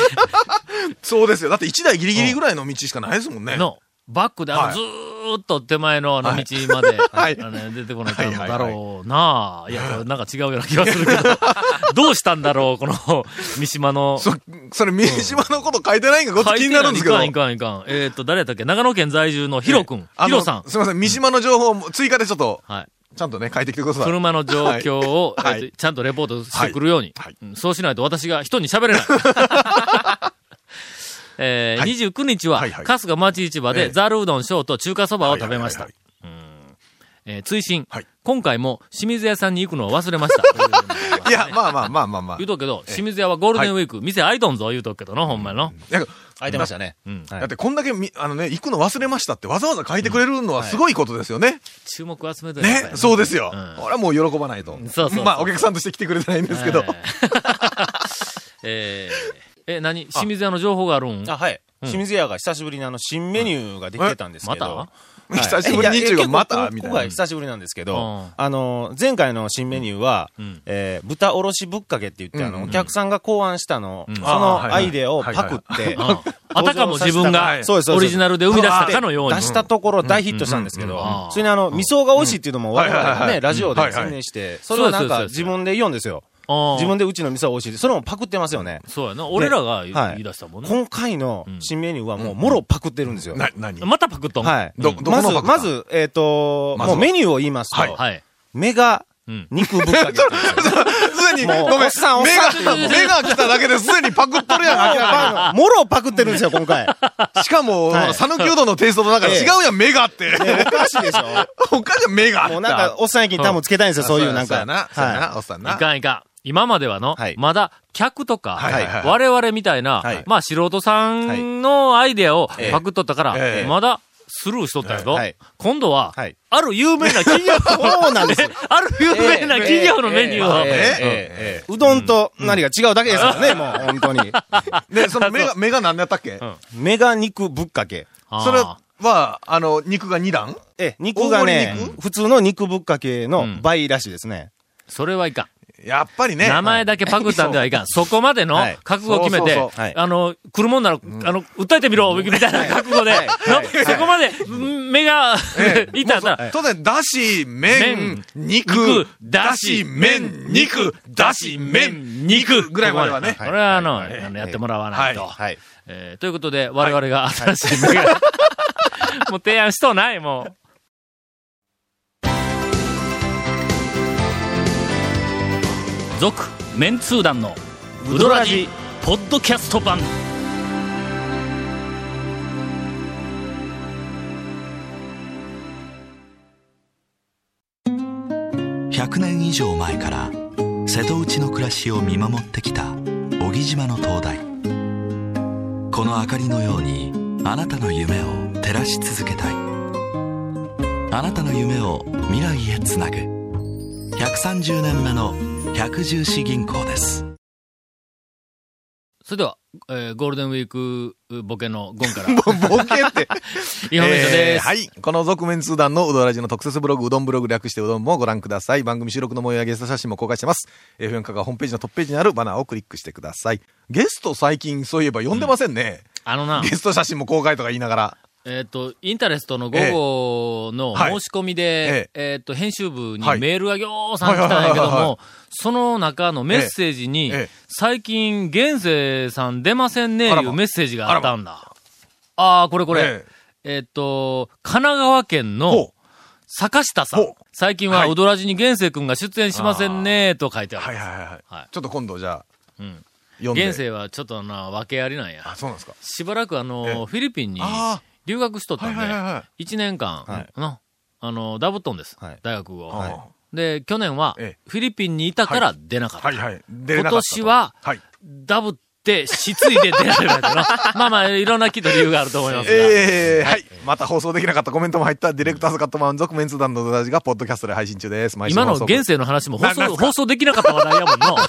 [SPEAKER 4] そうですよ。だって1台ギリギリぐらいの道しかないですもんね。
[SPEAKER 3] の、バックであ
[SPEAKER 4] は
[SPEAKER 3] の
[SPEAKER 4] い
[SPEAKER 3] ずーっと手前のあの道まで、
[SPEAKER 4] はい
[SPEAKER 3] あの出てこないかん
[SPEAKER 4] はいはい
[SPEAKER 3] だ
[SPEAKER 4] はい
[SPEAKER 3] ろうなあいや、これなんか違うような気がするけど、どうしたんだろう、この三島の。
[SPEAKER 4] そ、それ三島のこと書いてないんか、こっち気になるんですけど。
[SPEAKER 3] 書いてないいかんいかんいかん。えっ、と、誰やったっけ長野県在住のヒロ君。
[SPEAKER 4] あ
[SPEAKER 3] ヒ
[SPEAKER 4] の
[SPEAKER 3] ロさん。
[SPEAKER 4] すみません、三島の情報も追加でちょっと、
[SPEAKER 3] はい。
[SPEAKER 4] ちゃんとね、書いてきてください。
[SPEAKER 3] 車の状況を、
[SPEAKER 4] はい
[SPEAKER 3] えっと
[SPEAKER 4] は
[SPEAKER 3] ちゃんとレポートしてくるように。
[SPEAKER 4] はい
[SPEAKER 3] うんそうしないと私が人に喋れない。 えー
[SPEAKER 4] はい
[SPEAKER 3] 29日は、
[SPEAKER 4] はいはい
[SPEAKER 3] 春日町市場
[SPEAKER 4] え
[SPEAKER 3] で
[SPEAKER 4] え
[SPEAKER 3] ザルうどんショーと中華そばを食べました
[SPEAKER 4] はい。
[SPEAKER 3] えー追伸、
[SPEAKER 4] はい
[SPEAKER 3] 今回も清水屋さんに行くのを忘れま した。
[SPEAKER 4] いや、まあまあまあまあまあ。
[SPEAKER 3] 言うとくけど、清水屋はゴールデンウィーク、店開いとんぞ言うとくけどな、ほんまの。
[SPEAKER 4] なんか
[SPEAKER 6] 開いてましたね。
[SPEAKER 3] うん
[SPEAKER 6] はい
[SPEAKER 4] だってこんだけみ、あのね、行くの忘れましたってわざわざ書いてくれるのはすごいことですよね。
[SPEAKER 3] 注目を集めて
[SPEAKER 4] ね、そうですよ。
[SPEAKER 3] うん
[SPEAKER 4] 俺はもう喜ばないと。
[SPEAKER 3] そうそう
[SPEAKER 4] まあ、お客さんとして来てくれてないんですけど。
[SPEAKER 3] えー えーえ、何清水屋の情報があるん
[SPEAKER 6] あ、はい。清水屋が久しぶりにあの新メニューができてたんですけど。
[SPEAKER 3] うんま
[SPEAKER 6] はい
[SPEAKER 4] 久しぶりに
[SPEAKER 6] いや
[SPEAKER 4] っていうか
[SPEAKER 6] 結構
[SPEAKER 4] またみたいな
[SPEAKER 6] ここが久しぶりなんですけど、
[SPEAKER 3] うん
[SPEAKER 6] あの、前回の新メニューは、
[SPEAKER 3] ん
[SPEAKER 6] えー豚おろしぶっかけって言って、あの、お客さんが考案したの、
[SPEAKER 3] ん
[SPEAKER 6] そ
[SPEAKER 4] あー
[SPEAKER 6] の
[SPEAKER 4] はいはい
[SPEAKER 6] アイデアをパクって、
[SPEAKER 3] うんあたかも自分が
[SPEAKER 6] そうですそうです
[SPEAKER 3] オリジナルで生み出したかのように
[SPEAKER 6] 出したところ大ヒットしたんですけ
[SPEAKER 3] う
[SPEAKER 6] ど、
[SPEAKER 3] んうん
[SPEAKER 6] それにあの、味噌が美味しいっていうのも我
[SPEAKER 4] はいは
[SPEAKER 6] 々
[SPEAKER 4] いはいは
[SPEAKER 6] ね、
[SPEAKER 4] い
[SPEAKER 6] ラジオで
[SPEAKER 4] はいはい
[SPEAKER 6] 宣伝して、それをなん
[SPEAKER 3] そう
[SPEAKER 6] か
[SPEAKER 3] ですそうです
[SPEAKER 6] 自分で言うんですよ。
[SPEAKER 3] あー
[SPEAKER 6] 自分でうちの味噌は美味しいって、それもパクってますよね。
[SPEAKER 3] そうやな。俺らが言
[SPEAKER 6] はい
[SPEAKER 3] い出したもんね。
[SPEAKER 6] 今回の新メニューはもう、もろパクってるんですよ。
[SPEAKER 4] な、何
[SPEAKER 3] またパクっとん。
[SPEAKER 6] はい。
[SPEAKER 4] どどこ
[SPEAKER 6] ま
[SPEAKER 4] の
[SPEAKER 6] ず
[SPEAKER 4] パ、ク
[SPEAKER 6] まず、えっ、と、
[SPEAKER 4] まず
[SPEAKER 6] も
[SPEAKER 4] は
[SPEAKER 6] うメニューを言いますと、
[SPEAKER 4] はい
[SPEAKER 3] はい。
[SPEAKER 6] メガ
[SPEAKER 3] うん
[SPEAKER 6] 肉ぶっ かけっていう。
[SPEAKER 4] すでに、
[SPEAKER 6] も
[SPEAKER 4] ご
[SPEAKER 6] う
[SPEAKER 4] めん、
[SPEAKER 6] おっさんおっ
[SPEAKER 4] 目が
[SPEAKER 6] さんってい、う
[SPEAKER 4] 目が来ただけですでにパクっとるやん 明らか
[SPEAKER 6] あのもろパクってるんですよ、今回。ね
[SPEAKER 4] に、しかも
[SPEAKER 6] は、い
[SPEAKER 4] 讃岐うどんのテイストの中で
[SPEAKER 6] ええ
[SPEAKER 4] 違うやん、目がって。
[SPEAKER 6] おかしいでしょ
[SPEAKER 4] おかしい、目があった。
[SPEAKER 6] もうなんか、おっさん駅に多分つけたいんですよ、そういうなん
[SPEAKER 4] そうや
[SPEAKER 6] か。
[SPEAKER 4] な、そうや
[SPEAKER 6] は
[SPEAKER 4] な、おっさん
[SPEAKER 3] い
[SPEAKER 4] な。
[SPEAKER 3] かんいかん。今まではの、
[SPEAKER 6] はい
[SPEAKER 3] まだ客とか、
[SPEAKER 4] はいはいはい
[SPEAKER 3] 我々みたいな、
[SPEAKER 6] はい
[SPEAKER 3] まあ素人さんのアイデアを
[SPEAKER 6] ええ
[SPEAKER 3] パクっとったから、
[SPEAKER 4] ええ
[SPEAKER 3] まだスルーしとったけど、
[SPEAKER 6] はい
[SPEAKER 3] 今度は、
[SPEAKER 6] はい
[SPEAKER 3] ある有名な企業の、
[SPEAKER 6] い。そうなんですよ。
[SPEAKER 3] ある有名な企業のメニューを、
[SPEAKER 6] ええええええうどんと何が違うだけですからね、もう、本 当に。
[SPEAKER 4] で、その目が、目が何だったっけ
[SPEAKER 6] メガ肉ぶっかけ。
[SPEAKER 3] あー
[SPEAKER 4] それは、あの、肉が2段
[SPEAKER 6] ええ、肉がね
[SPEAKER 4] 大盛り、
[SPEAKER 6] 普通の肉ぶっかけの倍らしいですね。
[SPEAKER 3] それはいかん。
[SPEAKER 4] やっぱりね。
[SPEAKER 3] 名前だけパクったんではいかん。そこまでの
[SPEAKER 6] はい
[SPEAKER 3] 覚悟を決めて、
[SPEAKER 4] そうそう
[SPEAKER 6] そうはい
[SPEAKER 3] あの、来るもんなら、あの、訴えてみろ、みたいな覚悟で、
[SPEAKER 6] はいはい
[SPEAKER 3] のそこまで、目が、 いたんだら、
[SPEAKER 4] 当然、だし、麺、
[SPEAKER 3] 肉
[SPEAKER 4] 肉、、
[SPEAKER 3] だ
[SPEAKER 4] だ
[SPEAKER 3] し、
[SPEAKER 4] し、
[SPEAKER 3] 麺
[SPEAKER 4] 麺、、
[SPEAKER 3] 肉
[SPEAKER 4] 肉、、
[SPEAKER 3] だ
[SPEAKER 4] だ
[SPEAKER 3] し、
[SPEAKER 4] し、
[SPEAKER 3] 麺、
[SPEAKER 4] 麺、
[SPEAKER 3] 肉
[SPEAKER 4] 肉ぐらいまではね。
[SPEAKER 3] これはあの、
[SPEAKER 6] はいはい
[SPEAKER 3] あのやってもらわないと。
[SPEAKER 6] はい。
[SPEAKER 3] えーということで、我々が 新しいメガネ、もう提案しとうない、もう。
[SPEAKER 1] 続メンツー団のウドラジポッドキャスト版
[SPEAKER 7] 100年以上前から瀬戸内の暮らしを見守ってきた小木島の灯台この明かりのようにあなたの夢を照らし続けたいあなたの夢を未来へつなぐ130年目の百十四銀行です
[SPEAKER 3] それでは、えーゴールデンウィークボケのゴンから、
[SPEAKER 4] ボケ って。
[SPEAKER 3] インフォメーション
[SPEAKER 4] え
[SPEAKER 3] で
[SPEAKER 4] ー
[SPEAKER 3] す。
[SPEAKER 4] はい。この続面通談のうどらじの特設ブログ、うどんブログ略してうどんもご覧ください。番組収録の模様やゲスト写真も公開してます。F4 課がホームページのトップページにあるバナーをクリックしてください。ゲスト最近そういえば呼んでませんね。
[SPEAKER 3] あの な
[SPEAKER 4] ゲ、スト写真も公開とか言いながら。
[SPEAKER 3] えっ、と、インタレストの午後の
[SPEAKER 4] はい
[SPEAKER 3] 申し込みで、えっ、と、編集部に
[SPEAKER 4] はい
[SPEAKER 3] メールがぎょうさん来たんやけど
[SPEAKER 4] はいはいはいは
[SPEAKER 3] も、その中のメッセージに
[SPEAKER 4] ええええ、
[SPEAKER 3] 最近、現世さん出ませんね、い
[SPEAKER 4] あら
[SPEAKER 3] う
[SPEAKER 4] ま
[SPEAKER 3] メッセージがあったんだ。ああー、これこれ
[SPEAKER 4] え。
[SPEAKER 3] えっ、と、神奈川県の
[SPEAKER 4] ほう
[SPEAKER 3] 坂下さ
[SPEAKER 4] ほ
[SPEAKER 3] ん
[SPEAKER 4] う。
[SPEAKER 3] 最近は
[SPEAKER 4] はい
[SPEAKER 3] 踊らじに現世くんが出演しませんね、と書いてあ
[SPEAKER 4] はい
[SPEAKER 3] る。
[SPEAKER 4] はいはい。
[SPEAKER 3] は
[SPEAKER 4] はいい、ちょっと今度じゃあ、
[SPEAKER 3] ん
[SPEAKER 4] 読んで。
[SPEAKER 3] 現世はちょっとな、訳ありなんや。
[SPEAKER 4] あ、そうなんですか。
[SPEAKER 3] しばらくあ
[SPEAKER 4] え
[SPEAKER 3] の、
[SPEAKER 4] え
[SPEAKER 3] フィリピンに
[SPEAKER 4] あ
[SPEAKER 3] 留学しとったん
[SPEAKER 4] はいはいはいは
[SPEAKER 3] で、1年間、
[SPEAKER 4] はい
[SPEAKER 3] の、あの、ダブっとんです
[SPEAKER 4] はい、
[SPEAKER 3] 大学を
[SPEAKER 4] は。
[SPEAKER 3] で、去年は
[SPEAKER 4] ええ、
[SPEAKER 3] フィリピンにいたから出なかった
[SPEAKER 4] はい。はい。出れ
[SPEAKER 3] 今
[SPEAKER 4] なかったと
[SPEAKER 3] 年は、
[SPEAKER 4] はい。
[SPEAKER 3] ダブって、失意で出られるやつな まあまあ、いろんなきっと理由があると思いますが。
[SPEAKER 4] ええはい。また放送できなかったコメントも入った、ディレクターズカットマン族メンツ団のドラジが、ポッドキャストで配信中です。毎週
[SPEAKER 3] 今の
[SPEAKER 4] 放送
[SPEAKER 3] 現世の話も放
[SPEAKER 4] なな
[SPEAKER 3] 送、
[SPEAKER 4] んすか
[SPEAKER 3] 放送できなかった話題やも んの。放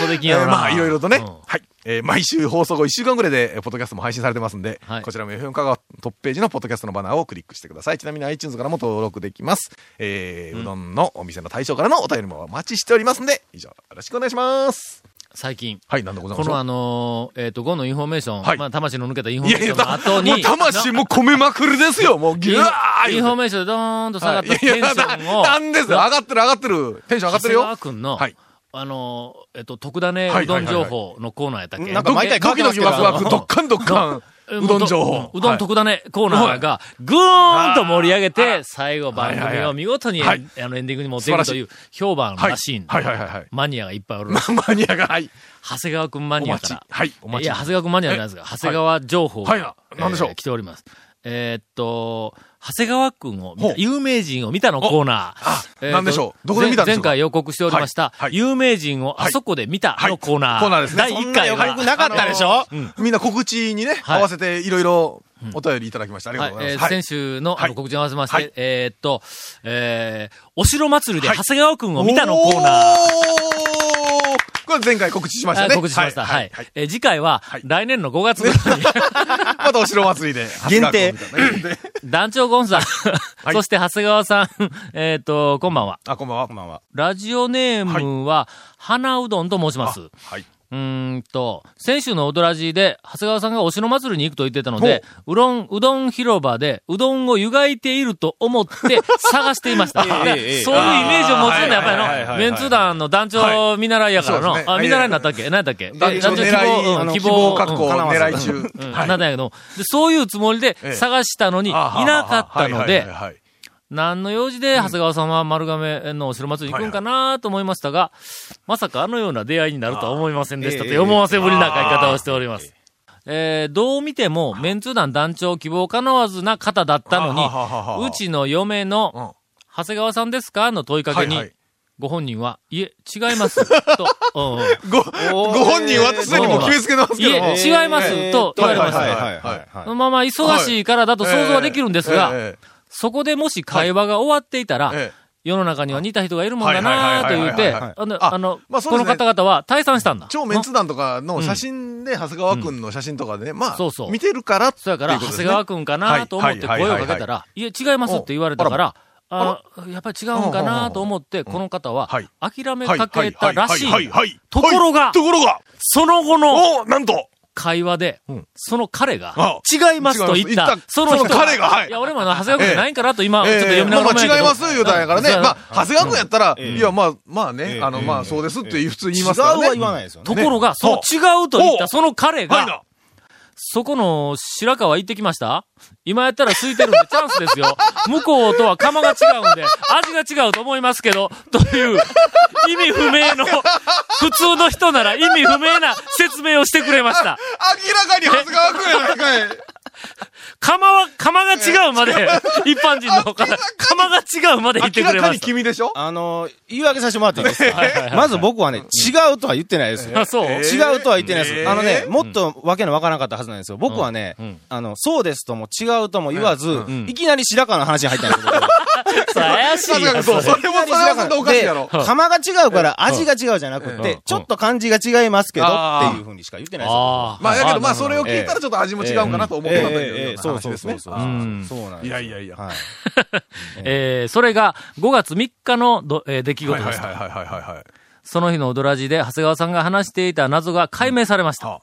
[SPEAKER 3] 送できんやろ
[SPEAKER 4] えー
[SPEAKER 3] な。
[SPEAKER 4] まあ、いろいろとね、
[SPEAKER 3] うん
[SPEAKER 4] はい。えー毎週放送後1週間ぐらいで、えーポッドキャストも配信されてますんで、
[SPEAKER 3] はい
[SPEAKER 4] こちらも FM 香川トップページのポッドキャストのバナーをクリックしてください。ちなみに iTunes からも登録できます。えーうどんのお店の対象からのお便りもお待ちしておりますんで、以上、よろしくお願いします。
[SPEAKER 3] 最近、
[SPEAKER 4] はい、なんでござい
[SPEAKER 3] こ
[SPEAKER 4] ましょ
[SPEAKER 3] の
[SPEAKER 4] う
[SPEAKER 3] あのー、えっと、5のインフォメーション、
[SPEAKER 4] はい
[SPEAKER 3] まあ、魂の抜けたインフォ
[SPEAKER 4] い
[SPEAKER 3] メー
[SPEAKER 4] やい
[SPEAKER 3] シ
[SPEAKER 4] や、
[SPEAKER 3] ョンの後
[SPEAKER 4] だ
[SPEAKER 3] に、
[SPEAKER 4] もう魂も込めまくるですよ、もう、
[SPEAKER 3] イ
[SPEAKER 4] ぎ
[SPEAKER 3] ン
[SPEAKER 4] ゅわー
[SPEAKER 3] インフォメーションでドーンと下がっ
[SPEAKER 4] はいい
[SPEAKER 3] たテ
[SPEAKER 4] や
[SPEAKER 3] ンシ
[SPEAKER 4] いや、な
[SPEAKER 3] ョンを、
[SPEAKER 4] なんですよ上がってる上がってる。テンション上がって
[SPEAKER 3] 長谷
[SPEAKER 4] る
[SPEAKER 3] 川
[SPEAKER 4] よ。
[SPEAKER 3] 君の、
[SPEAKER 4] はい
[SPEAKER 3] あの、えっと、特ダネ
[SPEAKER 4] は
[SPEAKER 3] う
[SPEAKER 4] い
[SPEAKER 3] ど
[SPEAKER 4] はいはいはい
[SPEAKER 3] ん情報のコーナーやったっけ、
[SPEAKER 6] なんか毎回
[SPEAKER 4] ドキドキワクワク、ドッカンドッカン、
[SPEAKER 3] え
[SPEAKER 4] うどん情 報。
[SPEAKER 3] うどん特ダネコーナーが、ぐーんと盛り上げて、最後番
[SPEAKER 4] はい
[SPEAKER 3] 組
[SPEAKER 4] はいは
[SPEAKER 3] を
[SPEAKER 4] い
[SPEAKER 3] 見事に、
[SPEAKER 4] はい
[SPEAKER 3] あの、エンディングに持っていくという、評判
[SPEAKER 4] はい
[SPEAKER 3] らしいんだ、
[SPEAKER 4] はいはいはい はい。
[SPEAKER 3] マニアがいっぱいおるらしい。
[SPEAKER 4] マニアが、はい。
[SPEAKER 3] 長谷川君マニアから。
[SPEAKER 4] はい、お待
[SPEAKER 3] い
[SPEAKER 4] ち。
[SPEAKER 3] や、長谷川君マニアじゃないですか。
[SPEAKER 4] え
[SPEAKER 3] 長谷川情報が、
[SPEAKER 4] はいはいなんでしょう
[SPEAKER 3] えー来ております。えーっと、長谷川君を見た
[SPEAKER 4] ほう
[SPEAKER 3] 有名人を見たのコーナー。えーと
[SPEAKER 4] なんでしょうどこで見たんで
[SPEAKER 3] 前
[SPEAKER 4] しょう
[SPEAKER 3] 前回予告しておりました、
[SPEAKER 4] はいはい
[SPEAKER 3] 有名人をあそこで見たのコーナー。
[SPEAKER 4] はいコーナーですね
[SPEAKER 3] 第
[SPEAKER 6] そん
[SPEAKER 3] 1
[SPEAKER 6] な
[SPEAKER 3] 回
[SPEAKER 6] 予
[SPEAKER 3] は
[SPEAKER 6] 告なかったでしょ
[SPEAKER 4] みんな告知にね、
[SPEAKER 3] はい
[SPEAKER 4] 合わせていろいろお便りいただきました。ありが
[SPEAKER 3] はい
[SPEAKER 4] とうご、ざ
[SPEAKER 3] え
[SPEAKER 4] い
[SPEAKER 3] ー
[SPEAKER 4] ます。はい
[SPEAKER 3] 先週の,、
[SPEAKER 4] はい
[SPEAKER 3] あの告知に合わせまして、
[SPEAKER 4] はい
[SPEAKER 3] えーっと、えー、お城祭りで
[SPEAKER 4] はい
[SPEAKER 3] 長谷川君を見たのコーナー。
[SPEAKER 4] おーこれ前回告知しました
[SPEAKER 3] あ
[SPEAKER 4] ね。
[SPEAKER 3] 告知しました。はい。えー次回は、
[SPEAKER 4] はい
[SPEAKER 3] 来年の5月ぐらい に、
[SPEAKER 4] またお城祭りで。
[SPEAKER 6] 限定
[SPEAKER 4] 長谷川君みたいなね。
[SPEAKER 3] 団長ゴンさん、そして長谷川さん、 えーっと、こんばんは。
[SPEAKER 4] あ、こんばんは。こんばんは。
[SPEAKER 3] ラジオネームは、花うどんと申します。う
[SPEAKER 4] はい。
[SPEAKER 3] ーんと、先週のオドラジで、長谷川さんがお城祭りに行くと言ってたので、うどん、うどん広場で、うどんを湯がいていると思 って探していました。だ からそういうイメージを持つのはやっぱりの、メンツ団の団長見習いやからの、
[SPEAKER 4] はいそうですね
[SPEAKER 3] あ、見習いになったっけ何やったっけえ
[SPEAKER 4] 団長狙い、あ
[SPEAKER 3] うん
[SPEAKER 4] の
[SPEAKER 3] 希
[SPEAKER 4] 希
[SPEAKER 3] 望、
[SPEAKER 4] 望確
[SPEAKER 3] う
[SPEAKER 4] 保
[SPEAKER 3] ん
[SPEAKER 4] 狙い中。
[SPEAKER 3] うん
[SPEAKER 4] はい
[SPEAKER 3] なんだけど、でそういうつもりで
[SPEAKER 4] ええ
[SPEAKER 3] 探したのに、いなかったの
[SPEAKER 4] はい
[SPEAKER 3] で
[SPEAKER 4] はい、はいはい
[SPEAKER 3] 何の用事で長谷川さんは丸亀のお城祭りに行くんかなと思いましたが、まさかあのような出会いになるとは思いませんでしたという思わせぶりな書き方をしております。えーどう見ても、メンツー団団長希望かなわずな方だったの
[SPEAKER 4] あははは
[SPEAKER 3] に、
[SPEAKER 4] は
[SPEAKER 3] うちの嫁
[SPEAKER 4] うん
[SPEAKER 3] の、長谷川さんですかの問いかけに
[SPEAKER 4] はいはい、
[SPEAKER 3] ご本人は、いえ、違い ます、と、うん
[SPEAKER 4] ご、ご本人はすでにもう決めつけてますけ
[SPEAKER 3] い
[SPEAKER 4] ども。
[SPEAKER 3] え、違います、と言われました。
[SPEAKER 4] はいはい
[SPEAKER 3] そのまま忙しいからだと想像はできるんですが、
[SPEAKER 4] ええ
[SPEAKER 3] そこでもし会話が終わっていたら、
[SPEAKER 4] ええ
[SPEAKER 3] 世の中には似た人がいるもんだ
[SPEAKER 4] はい
[SPEAKER 3] な
[SPEAKER 4] は
[SPEAKER 3] と
[SPEAKER 4] い
[SPEAKER 3] 言
[SPEAKER 4] はいは
[SPEAKER 3] っ
[SPEAKER 4] い
[SPEAKER 3] て、
[SPEAKER 4] はいはい
[SPEAKER 3] あの、
[SPEAKER 4] あ
[SPEAKER 3] あの
[SPEAKER 4] まあそう
[SPEAKER 3] こ
[SPEAKER 4] です
[SPEAKER 3] の
[SPEAKER 4] ね
[SPEAKER 3] 方々は退散したんだ。
[SPEAKER 4] 超メンツ団とかの
[SPEAKER 3] ん
[SPEAKER 4] 写真で長谷川くんの写真とかでね、まあ
[SPEAKER 3] そうそう、
[SPEAKER 4] 見てるからって
[SPEAKER 3] そ
[SPEAKER 4] いう
[SPEAKER 3] や
[SPEAKER 4] こと
[SPEAKER 3] か
[SPEAKER 4] で
[SPEAKER 3] ら、長
[SPEAKER 4] すね。
[SPEAKER 3] 谷川くんかなと思って
[SPEAKER 4] はい
[SPEAKER 3] 声をかけ
[SPEAKER 4] はいはい
[SPEAKER 3] た
[SPEAKER 4] はいは
[SPEAKER 3] ら、いや、違いますって言われたから、あやっぱり違うんかなと思って、この方は
[SPEAKER 4] はい、
[SPEAKER 3] 諦め
[SPEAKER 4] はい
[SPEAKER 3] かけたらしい。
[SPEAKER 4] はいははいはい
[SPEAKER 3] ところが
[SPEAKER 4] はいところが、
[SPEAKER 3] その後の
[SPEAKER 4] おなんと、
[SPEAKER 3] 会話で、その彼が
[SPEAKER 4] あ、
[SPEAKER 3] 違いますと言っ
[SPEAKER 4] 違い
[SPEAKER 3] た
[SPEAKER 4] ます言っ、た
[SPEAKER 3] その人
[SPEAKER 4] その彼がはい
[SPEAKER 3] いや、俺もあの長谷川くんじゃないんかなと今、ちょっと
[SPEAKER 4] ええ
[SPEAKER 3] 読みな
[SPEAKER 4] ま
[SPEAKER 3] が
[SPEAKER 4] あ
[SPEAKER 3] ら
[SPEAKER 4] まあ違います言うたんやからね。
[SPEAKER 3] うん
[SPEAKER 4] まあ、長谷川くんやったら、
[SPEAKER 6] え
[SPEAKER 4] いや、まあ、まあね
[SPEAKER 6] え、
[SPEAKER 4] あの、ま
[SPEAKER 6] え
[SPEAKER 4] あそうですって普通に言い
[SPEAKER 6] 違
[SPEAKER 4] ま
[SPEAKER 6] う
[SPEAKER 4] すからね。
[SPEAKER 6] は言わないですよね。
[SPEAKER 3] ところが、その違うと言ったその彼
[SPEAKER 4] はい
[SPEAKER 3] が
[SPEAKER 4] な、
[SPEAKER 3] そこの白川行ってきました今やったら空いてるんでチャンスですよ。向こうとは釜が違うんで、味が違うと思いますけど、という、意味不明の、普通の人なら意味不明な説明をしてくれました。
[SPEAKER 4] らかに長谷川君やないかい。
[SPEAKER 3] 釜は、釜が違うまで、一般人の方、釜が違うまで言ってく
[SPEAKER 4] 明ら
[SPEAKER 3] れ
[SPEAKER 4] か
[SPEAKER 3] ま
[SPEAKER 4] に
[SPEAKER 3] した。
[SPEAKER 4] 君でしょ
[SPEAKER 6] あの、言い訳させてもらっていいですか
[SPEAKER 3] はいはいはいはい
[SPEAKER 6] まず僕はね、違うとは言ってないですよ。
[SPEAKER 3] あ、そう、
[SPEAKER 4] えー
[SPEAKER 6] 違うとは言ってないです。
[SPEAKER 4] えー
[SPEAKER 6] あのね、もっとわけのわからなかったはずなんですよ。僕はね、
[SPEAKER 3] うんうん
[SPEAKER 6] あの、そうですとも違うとも言わず、
[SPEAKER 3] ん
[SPEAKER 6] いきなり白川の話に入ったんですよ。僕は
[SPEAKER 3] そう怪しい
[SPEAKER 4] 確か
[SPEAKER 3] や
[SPEAKER 4] に
[SPEAKER 3] つ
[SPEAKER 4] そう。。それもそれはそれでおかしいやろ。
[SPEAKER 6] で釜が違うから味が違うじゃなく
[SPEAKER 3] うん
[SPEAKER 6] て、ちょっと漢字が違いますけど
[SPEAKER 4] あー
[SPEAKER 6] っていうふうにしか言ってないですよ。
[SPEAKER 3] あ
[SPEAKER 4] まあ、だけどまあ、
[SPEAKER 3] なるほ
[SPEAKER 4] それを聞いたらちょっと味も違うんかなと思っ
[SPEAKER 6] え
[SPEAKER 4] て
[SPEAKER 6] え
[SPEAKER 4] たと
[SPEAKER 6] ええ
[SPEAKER 4] い
[SPEAKER 6] ええ
[SPEAKER 4] う
[SPEAKER 6] そう
[SPEAKER 4] 話
[SPEAKER 6] そう
[SPEAKER 4] です
[SPEAKER 6] そう
[SPEAKER 4] ね。
[SPEAKER 6] そう。
[SPEAKER 4] あ
[SPEAKER 3] ん
[SPEAKER 6] そうなんですよ
[SPEAKER 4] いやいやいや。は
[SPEAKER 6] はい。
[SPEAKER 3] えーそれが5月3日のど、えー出来
[SPEAKER 4] いはい
[SPEAKER 3] 事
[SPEAKER 4] は
[SPEAKER 3] で
[SPEAKER 4] い
[SPEAKER 3] した。
[SPEAKER 4] はいはいはい。
[SPEAKER 3] その日のオドラジで長谷川さんが話していた謎が解明されました。
[SPEAKER 4] はあ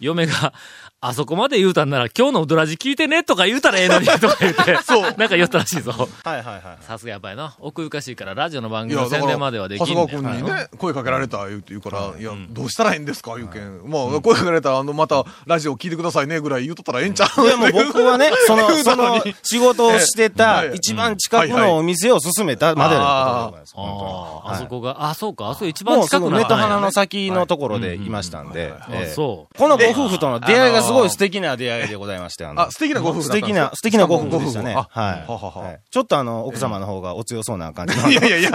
[SPEAKER 3] 嫁が、あそこまで言うたんなら今日のオドラジ聞いてねとか言うたらええのにとか言 って、なんか言ったらしいぞ。
[SPEAKER 6] はいはいはい。
[SPEAKER 3] さすがやっぱりな。奥ゆかしいからラジオの番
[SPEAKER 4] い
[SPEAKER 3] 組
[SPEAKER 4] や、
[SPEAKER 3] の
[SPEAKER 4] だか
[SPEAKER 3] 宣
[SPEAKER 4] ら、
[SPEAKER 3] 伝まではで
[SPEAKER 4] 長
[SPEAKER 3] きんね
[SPEAKER 4] 谷川君に
[SPEAKER 3] はい
[SPEAKER 4] ね、声かけられた言うて言うから、いや、どうしたらええんですか、言うけん。まあ、声かけられたら、あの、また、ラジオ聞いてくださいね、ぐらい言うとったらええんちゃう
[SPEAKER 6] でも僕はね、その、
[SPEAKER 4] 言う
[SPEAKER 6] そ
[SPEAKER 4] の
[SPEAKER 6] の
[SPEAKER 4] に、
[SPEAKER 6] 仕事をしてた
[SPEAKER 4] ええ
[SPEAKER 6] 一番近く
[SPEAKER 4] はいはい
[SPEAKER 6] のお店を勧めたまでのことでございま
[SPEAKER 3] あ
[SPEAKER 6] す。本
[SPEAKER 3] あ、あそこが、あ、そうか、あそこ一
[SPEAKER 6] 当
[SPEAKER 3] 番
[SPEAKER 6] に。もうす
[SPEAKER 3] 近く
[SPEAKER 6] ぐ
[SPEAKER 3] な
[SPEAKER 6] 目
[SPEAKER 3] ん
[SPEAKER 6] と
[SPEAKER 3] だね
[SPEAKER 6] 鼻の先のところでいましたんで。
[SPEAKER 3] いはい
[SPEAKER 6] ええ
[SPEAKER 3] あそう
[SPEAKER 6] このご夫婦との出会いがすごい素敵な出会いでございまして。あの
[SPEAKER 4] あ、素敵なご夫婦
[SPEAKER 6] 素
[SPEAKER 4] だったん
[SPEAKER 6] 敵
[SPEAKER 4] ですか
[SPEAKER 6] な、素敵なご夫婦でしたね。
[SPEAKER 4] ご夫
[SPEAKER 6] は
[SPEAKER 4] 婦
[SPEAKER 6] い。
[SPEAKER 4] あははは
[SPEAKER 6] はいちょっとあの、奥様の方がお強そうな感じ の。
[SPEAKER 4] いやいやいや、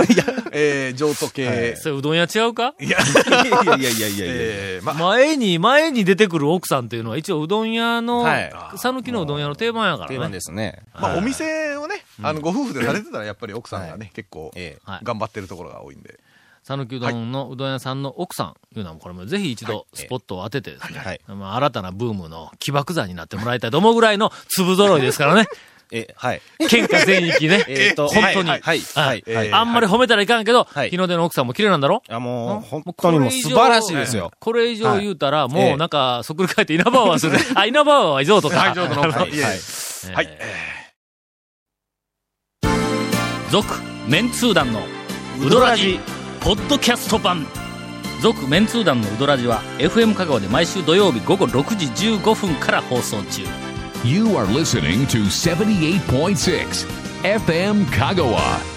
[SPEAKER 4] えー、譲渡系。
[SPEAKER 3] それうどん屋違うか
[SPEAKER 4] いや、
[SPEAKER 6] いやいやいやいやいや。
[SPEAKER 4] えー、まあ、
[SPEAKER 3] 前に、前に出てくる奥さんというのは一応うどん屋の
[SPEAKER 6] はい、
[SPEAKER 3] 讃岐のうどん屋の定番やから
[SPEAKER 6] 定番
[SPEAKER 3] ね
[SPEAKER 6] で。すね。
[SPEAKER 4] まあ、お店をね、あの、ご夫婦でされてたら、やっぱり奥さんがね、結構、
[SPEAKER 6] え
[SPEAKER 3] はい
[SPEAKER 4] 頑張ってるところが多いんで。
[SPEAKER 3] 讃岐うどんのうどん屋さんの奥さんいうのはこれもぜひ一度スポットを当ててですね、
[SPEAKER 6] はい
[SPEAKER 3] まあ、新たなブームの起爆剤になってもらいたいと思うぐらいの粒揃いですからね。
[SPEAKER 6] え。 え、はい。
[SPEAKER 3] 県下全域ね。
[SPEAKER 6] えっと、
[SPEAKER 3] 本当に。
[SPEAKER 6] はい。はい。はい
[SPEAKER 4] えー
[SPEAKER 6] はい
[SPEAKER 3] あんまり褒めたらいかんけど、
[SPEAKER 6] はい
[SPEAKER 3] 日の出の奥さんも綺麗なんだろ
[SPEAKER 6] いやもう、
[SPEAKER 3] も
[SPEAKER 6] 本
[SPEAKER 3] う
[SPEAKER 6] 当にもう
[SPEAKER 3] これ以
[SPEAKER 6] 素
[SPEAKER 3] 上
[SPEAKER 6] 晴らしいですよ。
[SPEAKER 3] これ以上言うたら、
[SPEAKER 6] え
[SPEAKER 3] もう
[SPEAKER 6] え
[SPEAKER 3] なんか、そっくり返って稲葉は する。あ、稲葉は譲渡か。
[SPEAKER 4] はい譲渡の
[SPEAKER 3] あの
[SPEAKER 4] はい
[SPEAKER 6] はい。
[SPEAKER 3] ええ
[SPEAKER 4] はい
[SPEAKER 1] 続メンツー団のウドラジポッドキャスト版続メンツー団のウドラジは FM 香川で毎週土曜日午後6時15分から放送中
[SPEAKER 2] You are listening to 78.6 FM Kagawa.